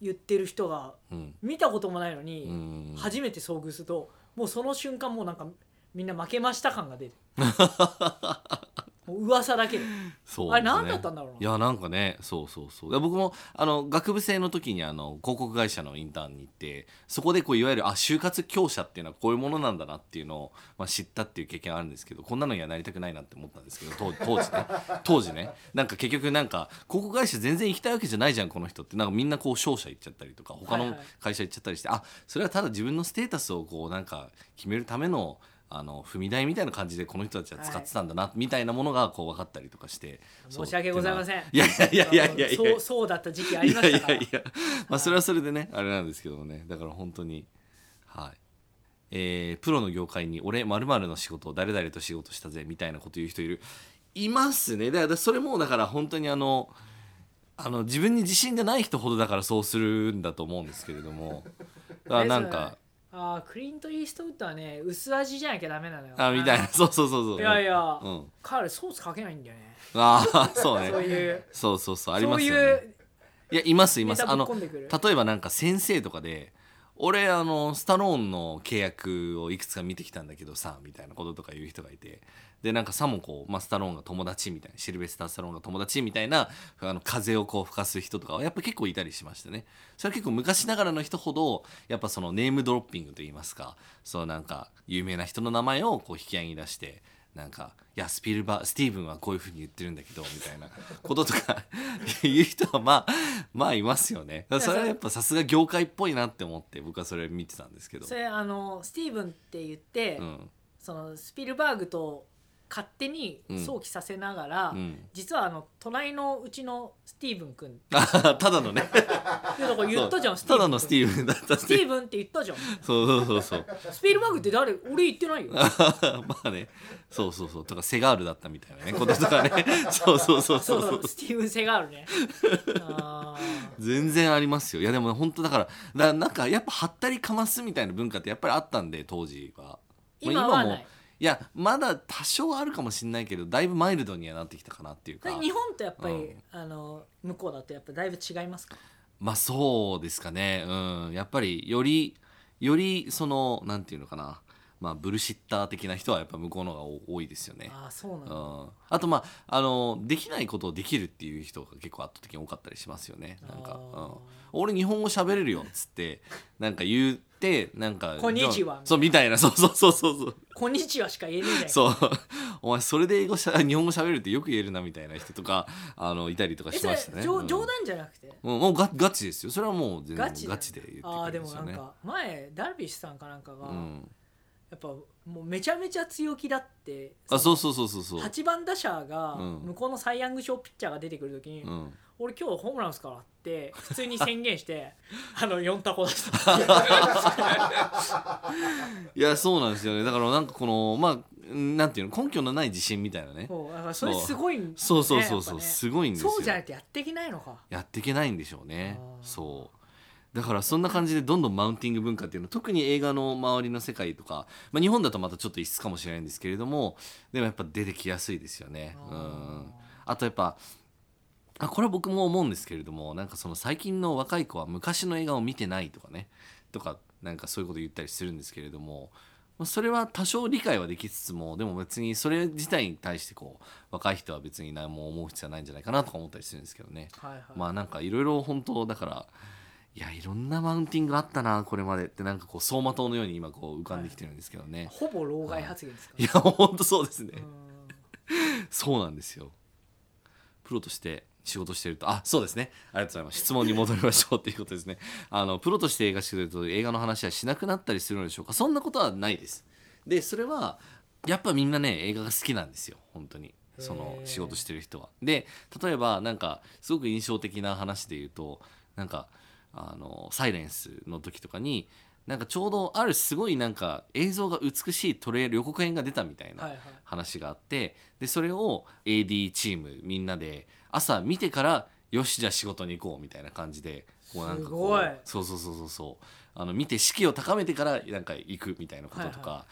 [SPEAKER 3] 言ってる人が
[SPEAKER 4] うん
[SPEAKER 3] 見たこともないの
[SPEAKER 4] う
[SPEAKER 3] に
[SPEAKER 4] ん
[SPEAKER 3] 初めて遭遇するともうその瞬間もうなんかみんな負けました感が出 るもう噂だけで
[SPEAKER 4] そう
[SPEAKER 3] あれ何だったんだろうない
[SPEAKER 4] やなんかねそうそうそういや僕もあの学部生の時にあの広告会社のインターンに行ってそこでこういわゆるあ就活強者っていうのはこういうものなんだなっていうのを、まあ、知ったっていう経験あるんですけどこんなのにはなりたくないなって思ったんですけど当当時 ね当時ねなんか結局なんか広告会社全然行きたいわけじゃないじゃんこの人ってなんかみんなこう商社行っちゃったりとか他
[SPEAKER 3] はい
[SPEAKER 4] の
[SPEAKER 3] はい
[SPEAKER 4] 会社行っちゃったりして、あそれはただ自分のステータスをこうなんか決めるためのあの踏み台みたいな感じでこの人たちは使ってたんだな、みたいなものがこう分かったりとかして
[SPEAKER 3] 申し訳ございません
[SPEAKER 4] そういやいやいやいやいやいやい
[SPEAKER 3] そうそうだった時期ありま
[SPEAKER 4] やい
[SPEAKER 3] したか
[SPEAKER 4] や
[SPEAKER 3] ら
[SPEAKER 4] いやまあそれはそれでねあれなんですけどもねだから本当にはいえープロの業界に「俺〇〇の仕事を誰々と仕事したぜ」みたいなこと言う人いるいますねだからそれもだから本当にあの あの自分に自信がない人ほどだからそうするんだと思うんですけれどもあなんか
[SPEAKER 3] あークリント・イーストウッドはね薄味じゃなきゃダメなのよ
[SPEAKER 4] あみたいなそうそうそうそう
[SPEAKER 3] いやいや、
[SPEAKER 4] うん
[SPEAKER 3] 彼ソースかけないんだよね
[SPEAKER 4] ああそうね
[SPEAKER 3] そういう
[SPEAKER 4] そうそうそうあり
[SPEAKER 3] そ
[SPEAKER 4] ま
[SPEAKER 3] う
[SPEAKER 4] す
[SPEAKER 3] い
[SPEAKER 4] よね
[SPEAKER 3] う
[SPEAKER 4] いやいますい
[SPEAKER 3] ネ
[SPEAKER 4] ます
[SPEAKER 3] タ
[SPEAKER 4] あ
[SPEAKER 3] ぶっ
[SPEAKER 4] の
[SPEAKER 3] 込んでくる
[SPEAKER 4] 例えばなんか先生とかで俺あのスタローンの契約をいくつか見てきたんだけどさみたいなこととか言う人がいてでなんかさもこう、まあ、スタローンが友達みたいなシルベスター・スタローンが友達みたいなあの風をこう吹かす人とかはやっぱ結構いたりしましてねそれは結構昔ながらの人ほどやっぱそのネームドロッピングといいますかそうなんか有名な人の名前をこう引き合いに出してなんか「いやスピルバースティーブンはこういうふうに言ってるんだけど」みたいなこととか 言う人はまあまあいますよねだからそれはやっぱさすが業界っぽいなって思って僕はそれ見てたんですけど
[SPEAKER 3] そ、れあのスティーブンって言って、
[SPEAKER 4] うん
[SPEAKER 3] そのスピルバーグと勝手に想起させながら、
[SPEAKER 4] うん、
[SPEAKER 3] 実はあの隣のうちのスティーブン君って
[SPEAKER 4] あははただのね
[SPEAKER 3] いうとこ言ったじゃんスティ
[SPEAKER 4] た
[SPEAKER 3] ーブ
[SPEAKER 4] だ
[SPEAKER 3] ン君
[SPEAKER 4] のスティーブンだったっ
[SPEAKER 3] スティ
[SPEAKER 4] て
[SPEAKER 3] ーブンって言ったじゃん
[SPEAKER 4] そうそうそうそう
[SPEAKER 3] スピルバーグって誰俺言ってないよ
[SPEAKER 4] あははまあねそうそうそうとかセガールだったみたいなねこととかねそうそうそ
[SPEAKER 3] そ
[SPEAKER 4] うそうう
[SPEAKER 3] そ
[SPEAKER 4] そう
[SPEAKER 3] うスティーブン・セガールねあ
[SPEAKER 4] 全然ありますよいやでも本当だからだなんかやっぱはったりかますみたいな文化ってやっぱりあったんで当時は、まあ
[SPEAKER 3] ー今は
[SPEAKER 4] も
[SPEAKER 3] ない
[SPEAKER 4] いやまだ多少あるかもしれないけどだいぶマイルドにはなってきたかなっていうか
[SPEAKER 3] だ日本とやっぱり、
[SPEAKER 4] うん
[SPEAKER 3] あの向こうだとやっぱだいぶ違いますか
[SPEAKER 4] まあそうですかねうんやっぱりよりよりそのなんていうのかなまあブルシッター的な人はやっぱ向こうの方が多多いですよね
[SPEAKER 3] ああそうなん
[SPEAKER 4] う
[SPEAKER 3] だ
[SPEAKER 4] ん、あとまああのできないことをできるっていう人が結構圧倒的に多かったりしますよねなんか、
[SPEAKER 3] あー
[SPEAKER 4] うん、俺日本語喋れるよっつってなんか言ってなんか
[SPEAKER 3] こんにちは
[SPEAKER 4] じゃあそうみたいなそうそうそうそうそう
[SPEAKER 3] こんにちはしか言えねえじゃん
[SPEAKER 4] そうお前それで英語しゃ日本語喋るってよく言えるなみたいな人とかあのいたりとか
[SPEAKER 3] え
[SPEAKER 4] し
[SPEAKER 3] それ
[SPEAKER 4] ましたね
[SPEAKER 3] 冗
[SPEAKER 4] うん
[SPEAKER 3] 冗談じゃなくて、
[SPEAKER 4] うん、もうガガチですよそれはもう全
[SPEAKER 3] ガ
[SPEAKER 4] 然
[SPEAKER 3] チ
[SPEAKER 4] ガチで言ってく
[SPEAKER 3] ああー
[SPEAKER 4] れ
[SPEAKER 3] で
[SPEAKER 4] るん
[SPEAKER 3] も
[SPEAKER 4] です
[SPEAKER 3] な
[SPEAKER 4] よ
[SPEAKER 3] ん
[SPEAKER 4] ね
[SPEAKER 3] か前ダルビッシュさんかなんかが、
[SPEAKER 4] うん、
[SPEAKER 3] やっぱもうめちゃめちゃ強気だって
[SPEAKER 4] あそう
[SPEAKER 3] う
[SPEAKER 4] そうそうそうそう、
[SPEAKER 3] 8番打者が
[SPEAKER 4] うん
[SPEAKER 3] 向こうのサイ・ヤング賞ピッチャーが出てくるときに、
[SPEAKER 4] うん、
[SPEAKER 3] 俺今日ホームラン打つからって普通に宣言して あの4タコ出した
[SPEAKER 4] いやそうなんですよねだからなんかこのまあなんていうの根拠のない自信みたいなね
[SPEAKER 3] もうだからそれすごいんだね
[SPEAKER 4] そうそうそうそう、
[SPEAKER 3] やっぱね
[SPEAKER 4] すごいんですよ
[SPEAKER 3] そうじゃないとやっていけないのか
[SPEAKER 4] やっていけないんでしょうね
[SPEAKER 3] あー
[SPEAKER 4] そうだからそんな感じでどんどんマウンティング文化っていうの特に映画の周りの世界とか、まあ、日本だとまたちょっと異質かもしれないんですけれどもでもやっぱ出てきやすいですよね
[SPEAKER 3] あ
[SPEAKER 4] う
[SPEAKER 3] ー
[SPEAKER 4] んあとやっぱあこれは僕も思うんですけれどもなんかその最近の若い子は昔の映画を見てないとかねとかなんかそういうこと言ったりするんですけれどもまあそれは多少理解はできつつもでも別にそれ自体に対してこう若い人は別に何も思う必要はないんじゃないかなとか思ったりするんですけどね。
[SPEAKER 3] はいはい、
[SPEAKER 4] まあなんかいろいろ本当だからいやいろんなマウンティングあったなこれまでってなんかこう走馬灯のように今こう浮かんできてるんですけどね、
[SPEAKER 3] ほぼ老害発言ですか
[SPEAKER 4] い、
[SPEAKER 3] ら
[SPEAKER 4] や本当そうですね、
[SPEAKER 3] うん
[SPEAKER 4] そうなんですよプロとして仕事してるとあそうですねありがとうございます質問に戻りましょうっていうことですね あのプロとして映画してると映画の話はしなくなったりするのでしょうかそんなことはないですでそれはやっぱみんなね映画が好きなんですよ本当にその
[SPEAKER 3] へー
[SPEAKER 4] 仕事してる人はで例えばなんかすごく印象的な話で言うとなんかあの「サイレンスの時とかになんかちょうどあるすごいなんか映像が美しいトレール予告編が出たみたいな
[SPEAKER 3] はいはい
[SPEAKER 4] 話があってでそれを AD チームみんなで朝見てからよしじゃあ仕事に行こうみたいな感じでこうなんかこ
[SPEAKER 3] すごいう
[SPEAKER 4] そうそうそうそうそうあの見て士気を高めてからなんか行くみたいなこととか、
[SPEAKER 3] は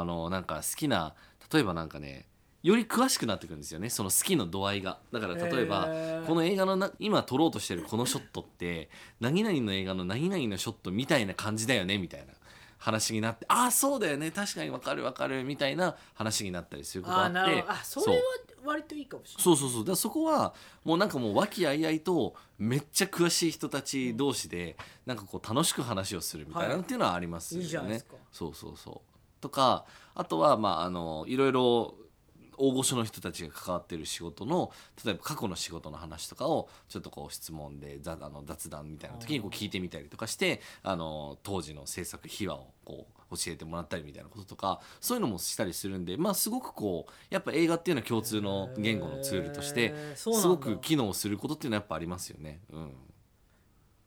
[SPEAKER 4] あのなんか好きな例えばなんかねより詳しくなってくるんですよねその好きの度合いがだから例えば、
[SPEAKER 3] へー
[SPEAKER 4] この映画のな今撮ろうとしてるこのショットって何々の映画の何々のショットみたいな感じだよねみたいな話になってああそうだよね確かにわかるわかるみたいな話になったりすること
[SPEAKER 3] あ
[SPEAKER 4] があ
[SPEAKER 3] あ
[SPEAKER 4] って
[SPEAKER 3] なるほどあそれは割といいかもしれない
[SPEAKER 4] そうそうそうだからそこはもうなんかもう和気あいあいとめっちゃ詳しい人たち同士でなんかこう楽しく話をするみたいな
[SPEAKER 3] はい
[SPEAKER 4] っていうのはありますよね。
[SPEAKER 3] いいじゃないですか
[SPEAKER 4] そうそうそうとかあとはまああのいろいろ大御所の人たちが関わってる仕事の例えば過去の仕事の話とかをちょっとこう質問でざあの雑談みたいな時にこう聞いてみたりとかしてあの当時の制作秘話をこう教えてもらったりみたいなこととかそういうのもしたりするんでまあすごくこうやっぱ映画っていうのは共通の言語のツールとして
[SPEAKER 3] へーそうなん
[SPEAKER 4] す
[SPEAKER 3] だ
[SPEAKER 4] ごく機能することっていうのはやっぱありますよね。うん、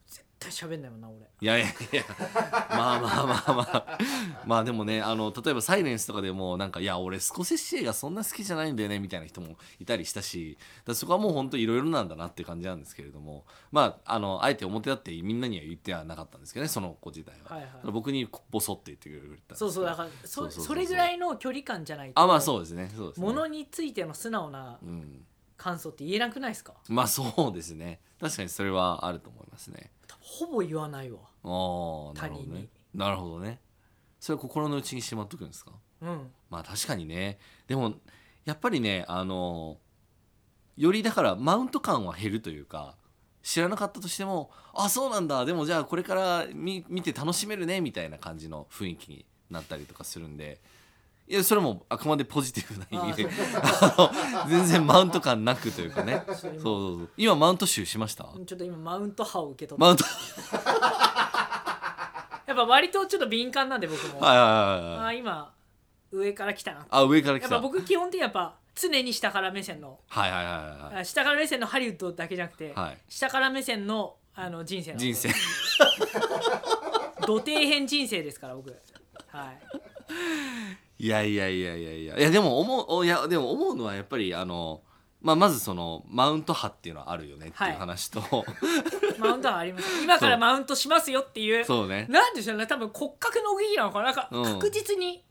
[SPEAKER 3] 絶対対喋んないもんな俺
[SPEAKER 4] いやいやいや まあまあまあまあまあでもねあの例えば「サイレンスとかでもなんか「いや俺スコセッシ映画そんな好きじゃないんだよね」みたいな人もいたりしたしだからそこはもう本当いろいろなんだなっていう感じなんですけれどもまああのあえて表立ってみんなには言ってはなかったんですけどねその子自体は、
[SPEAKER 3] はいはい
[SPEAKER 4] ただ僕にボソって言ってくれたんですけど
[SPEAKER 3] そうそうだからそ
[SPEAKER 4] そうそうそう
[SPEAKER 3] それぐらいの距離感じゃないと
[SPEAKER 4] あまあそうですねそうですね
[SPEAKER 3] ものについての素直な
[SPEAKER 4] うん
[SPEAKER 3] 感想って言えなくないですか
[SPEAKER 4] まあそうですね確かにそれはあると思いますね
[SPEAKER 3] 多分ほぼ言わないわ
[SPEAKER 4] ああなるほど
[SPEAKER 3] 他人
[SPEAKER 4] ね
[SPEAKER 3] に
[SPEAKER 4] なるほどねそれは心の内にしまっとくんですか
[SPEAKER 3] うん
[SPEAKER 4] まあ確かにねでもやっぱりねあのよりだからマウント感は減るというか知らなかったとしてもあそうなんだでもじゃあこれから見見て楽しめるねみたいな感じの雰囲気になったりとかするんでいやそれもあくまでポジティブな意味であの全然マウント感なくというかねそうそうそう今マウント集しました
[SPEAKER 3] ちょっと今マウント派を受け取っ
[SPEAKER 4] マウント
[SPEAKER 3] たやっぱ割とちょっと敏感なんで僕も、
[SPEAKER 4] はいはいはい
[SPEAKER 3] あ
[SPEAKER 4] はい
[SPEAKER 3] ー今上から来たな
[SPEAKER 4] あ上から来
[SPEAKER 3] やったぱ
[SPEAKER 4] はい
[SPEAKER 3] 僕基本的にやっぱ常に下から目線の
[SPEAKER 4] はいはいはいは
[SPEAKER 3] あ下から目線のハリウッドだけじゃなくて、
[SPEAKER 4] はい
[SPEAKER 3] 下から目線のあの人生ないの
[SPEAKER 4] 人生
[SPEAKER 3] 土底辺人生ですから僕はい
[SPEAKER 4] いやいやいやいやいやいやでも思うおいやでも思うのはやっぱりあの、まあ、まずそのマウント派っていうのはあるよねってい
[SPEAKER 3] は
[SPEAKER 4] う
[SPEAKER 3] い
[SPEAKER 4] 話と、
[SPEAKER 3] マウントはあります今からマウントしますよっていう
[SPEAKER 4] そう ね
[SPEAKER 3] なんでしょうね多分骨格の動きなのかななんか
[SPEAKER 4] うん
[SPEAKER 3] 確実に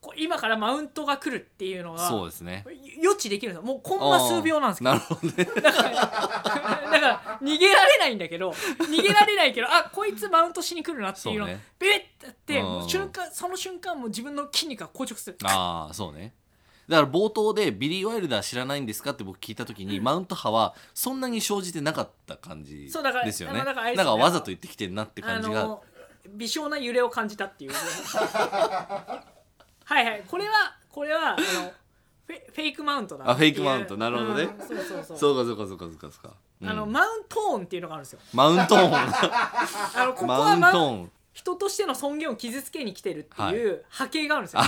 [SPEAKER 3] こう今からマウントが来るっていうのが
[SPEAKER 4] そうです ね
[SPEAKER 3] 予知できるんですよもうコンマ数秒なんですけど
[SPEAKER 4] なるほどね
[SPEAKER 3] だからだから逃げられないんだけど逃げられないけどあこいつマウントしに来るなっていうの
[SPEAKER 4] そう
[SPEAKER 3] ビ
[SPEAKER 4] ね
[SPEAKER 3] ビッって
[SPEAKER 4] うん
[SPEAKER 3] もう瞬間その瞬間もう自分の筋肉が硬直する
[SPEAKER 4] ああそうねだから冒頭でビリー・ワイルダー知らないんですかって僕聞いた時に、マウント派はそんなに生じてなかった感じ
[SPEAKER 3] そうだから
[SPEAKER 4] ですよね
[SPEAKER 3] まあだからあれです
[SPEAKER 4] なん
[SPEAKER 3] ね
[SPEAKER 4] かわざと言ってきてんなって
[SPEAKER 3] あ
[SPEAKER 4] 感じが、
[SPEAKER 3] の微小な揺れを感じたっていうはいはいこれはこれはあのフェフェイクマウントだなっていう
[SPEAKER 4] あフェイクマウントなるほどね
[SPEAKER 3] うんそうそうそう
[SPEAKER 4] そうかそうかそうかそうかそうか、うん
[SPEAKER 3] あのマウントーンっていうのがあるんですよ
[SPEAKER 4] マウントーン
[SPEAKER 3] あの ここ
[SPEAKER 4] マウ
[SPEAKER 3] は
[SPEAKER 4] ン
[SPEAKER 3] マウン
[SPEAKER 4] トーン
[SPEAKER 3] 人としての尊厳を傷つけに来てるっていう波形があるん ですよ、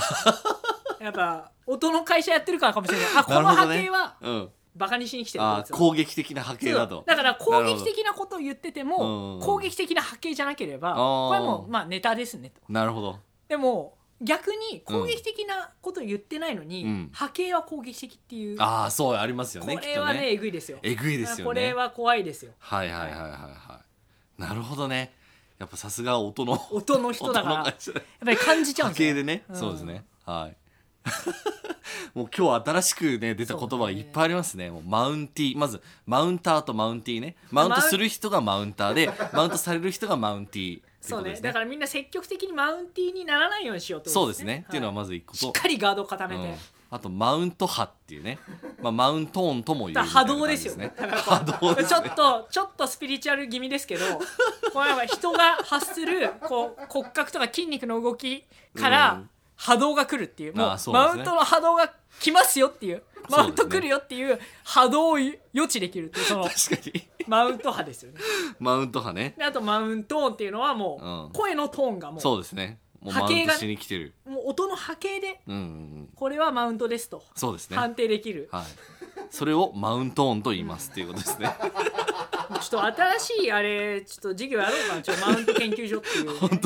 [SPEAKER 3] やっぱ音の会社やってるからかもしれないあこ
[SPEAKER 4] な
[SPEAKER 3] の
[SPEAKER 4] るほ
[SPEAKER 3] 波
[SPEAKER 4] どね
[SPEAKER 3] 形は
[SPEAKER 4] うん
[SPEAKER 3] バカにしに来てるこ
[SPEAKER 4] あ
[SPEAKER 3] いつ
[SPEAKER 4] ー
[SPEAKER 3] は
[SPEAKER 4] 攻撃的な波形だ
[SPEAKER 3] そう
[SPEAKER 4] と
[SPEAKER 3] だから攻
[SPEAKER 4] なるほ
[SPEAKER 3] 撃
[SPEAKER 4] ど
[SPEAKER 3] 的なことを言ってて
[SPEAKER 4] う
[SPEAKER 3] も
[SPEAKER 4] ん
[SPEAKER 3] 攻撃的な波形じゃなければ
[SPEAKER 4] あー
[SPEAKER 3] これはもうまあネタですねと
[SPEAKER 4] なるほど
[SPEAKER 3] でも逆に攻撃的なことを言ってないのに、
[SPEAKER 4] うん
[SPEAKER 3] 波形は攻撃的っていう、
[SPEAKER 4] ああそうありますよね
[SPEAKER 3] これは
[SPEAKER 4] きっと
[SPEAKER 3] ねえぐいですよ
[SPEAKER 4] えぐいですよね
[SPEAKER 3] これは怖いですよ
[SPEAKER 4] はいはいはいはいはいなるほどねやっぱさすが音の
[SPEAKER 3] 音の人だから
[SPEAKER 4] 音の
[SPEAKER 3] やっ
[SPEAKER 4] 会社だ
[SPEAKER 3] ぱり感じちゃうん
[SPEAKER 4] 家
[SPEAKER 3] ですよ
[SPEAKER 4] 系でね、
[SPEAKER 3] うん
[SPEAKER 4] そうですねはい もう今日新しくね出た言葉がいっぱいありますねもうマウンティまずマウンターとマウンティねマウントする人がマウンターでマウントされる人がマウンティっていう
[SPEAKER 3] そ
[SPEAKER 4] こ
[SPEAKER 3] うね
[SPEAKER 4] とですね
[SPEAKER 3] だからみんな積極的にマウンティーにならないようにしようって
[SPEAKER 4] そ
[SPEAKER 3] こ
[SPEAKER 4] う
[SPEAKER 3] と
[SPEAKER 4] ですね、っていうのはまず一個
[SPEAKER 3] しっ
[SPEAKER 4] と、
[SPEAKER 3] かりガードを固め
[SPEAKER 4] う
[SPEAKER 3] て、
[SPEAKER 4] ん、あとマウント派っていうね、まあ、マウントーンとも言うみたいな
[SPEAKER 3] 波
[SPEAKER 4] 感じ
[SPEAKER 3] 動ですよ
[SPEAKER 4] ね
[SPEAKER 3] ね
[SPEAKER 4] 波動です
[SPEAKER 3] ちょっとちょっとスピリチュアル気味ですけど これは人が発するこう骨格とか筋肉の動きか
[SPEAKER 4] う
[SPEAKER 3] ら
[SPEAKER 4] ん
[SPEAKER 3] 波動が来るっていうもう
[SPEAKER 4] あそうです
[SPEAKER 3] マ
[SPEAKER 4] ね
[SPEAKER 3] ウントの波動が来ますよっていうマウント来るよっていう波動を予知できるっていうその
[SPEAKER 4] 確かに
[SPEAKER 3] マウント派ですよね
[SPEAKER 4] マウント派ね
[SPEAKER 3] であとマウントーンっていうのはも
[SPEAKER 4] うん
[SPEAKER 3] う声のトーンがもう,、
[SPEAKER 4] そうですねもうマ
[SPEAKER 3] 波
[SPEAKER 4] ウ
[SPEAKER 3] 形
[SPEAKER 4] ント
[SPEAKER 3] が
[SPEAKER 4] しに来てる
[SPEAKER 3] もう音の波形で
[SPEAKER 4] うんうんうん
[SPEAKER 3] これはマウントですと
[SPEAKER 4] そうですね
[SPEAKER 3] 判定できる
[SPEAKER 4] はい。それをマウントーンと言いますっていうこ とですね。
[SPEAKER 3] ちょっと新しいあれちょっと授業やろうかなちょっとマウント研究所っていう、ね、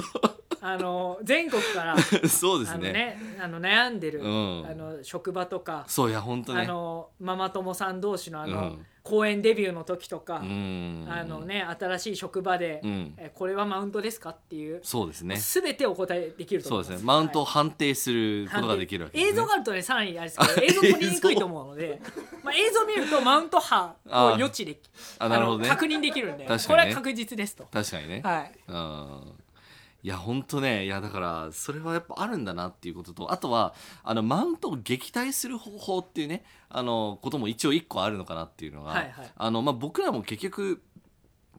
[SPEAKER 3] あの全国から
[SPEAKER 4] そうです
[SPEAKER 3] あの
[SPEAKER 4] ね。
[SPEAKER 3] ねあの悩んでる、
[SPEAKER 4] うん
[SPEAKER 3] あの職場とか、
[SPEAKER 4] そういや本当
[SPEAKER 3] あ
[SPEAKER 4] ね。
[SPEAKER 3] のママ友さん同士のあの、
[SPEAKER 4] うん
[SPEAKER 3] 公演デビューの時とか、
[SPEAKER 4] うん。
[SPEAKER 3] あの。ね新しい職場で、
[SPEAKER 4] うん
[SPEAKER 3] えこれはマウントですかっていう
[SPEAKER 4] そうですね。
[SPEAKER 3] すべてお答えできると
[SPEAKER 4] そ
[SPEAKER 3] 思い
[SPEAKER 4] う
[SPEAKER 3] ま
[SPEAKER 4] ですすね。マウントを
[SPEAKER 3] はい
[SPEAKER 4] 判定することができるわけです、ね。
[SPEAKER 3] 映像があるとねさらにあれですけど映像取りにくいと思うので、 まあ、映像見るとマウント派を予知でき
[SPEAKER 4] あなるほどね
[SPEAKER 3] の確認できるんで
[SPEAKER 4] 確かにね
[SPEAKER 3] これは確実ですと。
[SPEAKER 4] 確かにね。
[SPEAKER 3] はい
[SPEAKER 4] うん。いや本当ねいやだからそれはやっぱあるんだなっていうこととあとはあのマウントを撃退する方法っていうねあのことも一応一個あるのかなっていうのが、
[SPEAKER 3] はいはい
[SPEAKER 4] あのまあ、僕らも結局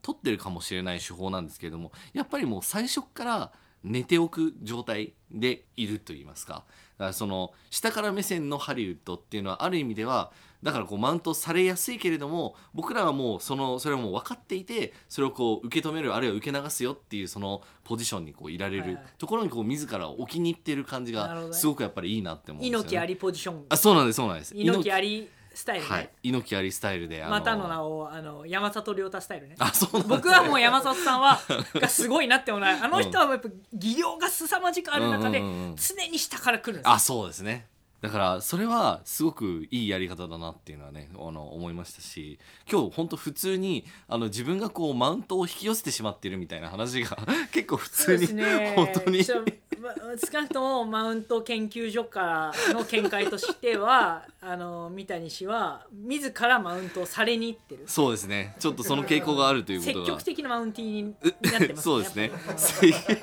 [SPEAKER 4] 取ってるかもしれない手法なんですけれどもやっぱりもう最初から寝ておく状態でいると言いますかだからその下から目線のハリウッドっていうのはある意味ではだからこうマウントされやすいけれども僕らはもうそのそれはもう分かっていてそれをこう受け止めるあるいは受け流すよっていうそのポジションにこういられ
[SPEAKER 3] はい
[SPEAKER 4] る
[SPEAKER 3] はい
[SPEAKER 4] ところにこう自らを置きにいってる感じ
[SPEAKER 3] なるほ
[SPEAKER 4] が
[SPEAKER 3] どね
[SPEAKER 4] すごくやっぱりいいなって思うんですよ、ね。
[SPEAKER 3] 猪木ありポジション
[SPEAKER 4] あそうなんですそうなんです
[SPEAKER 3] 猪木ありスタイルね、
[SPEAKER 4] はい、猪木ありスタイルであ
[SPEAKER 3] またの名をあの山里亮太スタイルね
[SPEAKER 4] あそうなんだ
[SPEAKER 3] 僕はもう山里さんはがすごいなって思うあの人はやっぱ技量が凄まじくある中で
[SPEAKER 4] うんうんうんうん
[SPEAKER 3] 常に下から来るんですよ
[SPEAKER 4] あそうですねだからそれはすごくいいやり方だなっていうのはねあの思いましたし今日本当普通にあの自分がこうマウントを引き寄せてしまっているみたいな話が 結構普
[SPEAKER 3] そう
[SPEAKER 4] 通
[SPEAKER 3] で
[SPEAKER 4] に、
[SPEAKER 3] すね
[SPEAKER 4] 本当に
[SPEAKER 3] ちょま少なくともマウント研究所からの見解としては あの三谷氏は自らマウントをされにいってる
[SPEAKER 4] そうですねちょっとその傾向があるというこ
[SPEAKER 3] 積
[SPEAKER 4] とが
[SPEAKER 3] 極的なマウンティーになってますね
[SPEAKER 4] そうですね
[SPEAKER 3] やっぱり
[SPEAKER 4] 積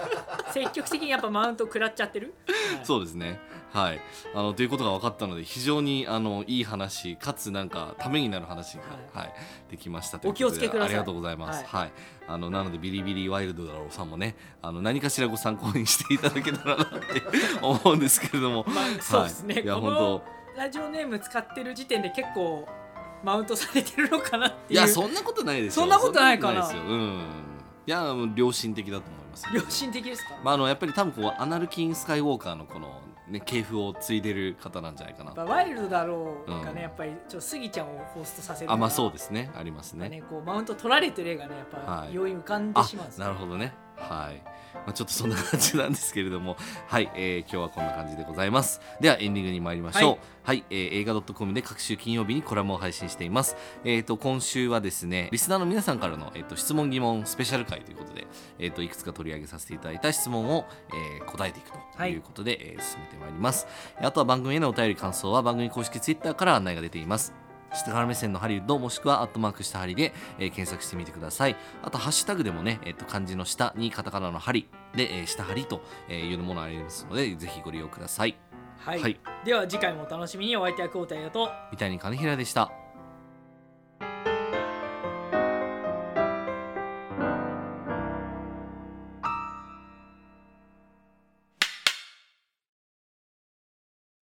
[SPEAKER 3] 積極的にやっぱマウントを食らっちゃ ってる、はい
[SPEAKER 4] そうですね。はい。あのということが分かったので非常にあのいい話かつなんかためになる話がはい、できましたということで
[SPEAKER 3] お気をつけください
[SPEAKER 4] ありがとうございます。はい。あのなのでビリビリワイルドだろうさんもねあの何かしらご参考にしていただけたらなって思うんですけれども。
[SPEAKER 3] まあ そうですね、
[SPEAKER 4] はい、いや
[SPEAKER 3] こ
[SPEAKER 4] 本
[SPEAKER 3] の
[SPEAKER 4] 当。
[SPEAKER 3] ラジオネーム使ってる時点で結構マウントされてるのかなって
[SPEAKER 4] い
[SPEAKER 3] いう
[SPEAKER 4] やそんなことないですよ。
[SPEAKER 3] そんなことないかな
[SPEAKER 4] そんことないですよ。うん。いやもう良心的だと思います。
[SPEAKER 3] 良心的ですか、
[SPEAKER 4] まあ、あのやっぱり多分こうアナルキン・スカイウォーカーのこの、ね、系譜を継いでる方なんじゃないかな
[SPEAKER 3] やっぱワイルドだろうがね、
[SPEAKER 4] うん
[SPEAKER 3] やっぱりちょっとスギちゃんをホーストさせる
[SPEAKER 4] あまあそう
[SPEAKER 3] す
[SPEAKER 4] ですねありますね
[SPEAKER 3] ねこうマウント取られてる映画ねやっぱ
[SPEAKER 4] はい
[SPEAKER 3] 容易浮かんで
[SPEAKER 4] あ
[SPEAKER 3] しまうんですよ、
[SPEAKER 4] なるほどねはい、まあ、ちょっとそんな感じなんですけれども はい、えー今日はこんな感じでございますではエンディングに参りましょうはい、えー映画 .com で各週金曜日にコラムを配信していますえっ、と今週はですねリスナーの皆さんからの、えー、と質問疑問スペシャル回ということでえっ、といくつか取り上げさせていただいた質問を、えー答えていくということで、えー進めてまいりますあとは番組へのお便り感想は番組公式ツイッターから案内が出ています下から目線のハリウッドもしくはアットマークしたハリで、えー検索してみてくださいあとハッシュタグでもね、えっと漢字の下にカタカナのハリで、えー下ハリとえーいうものありますのでぜひご利用ください
[SPEAKER 3] はい
[SPEAKER 4] はい
[SPEAKER 3] では次回もお楽しみにお相手は久保田優と
[SPEAKER 4] 三谷金平でした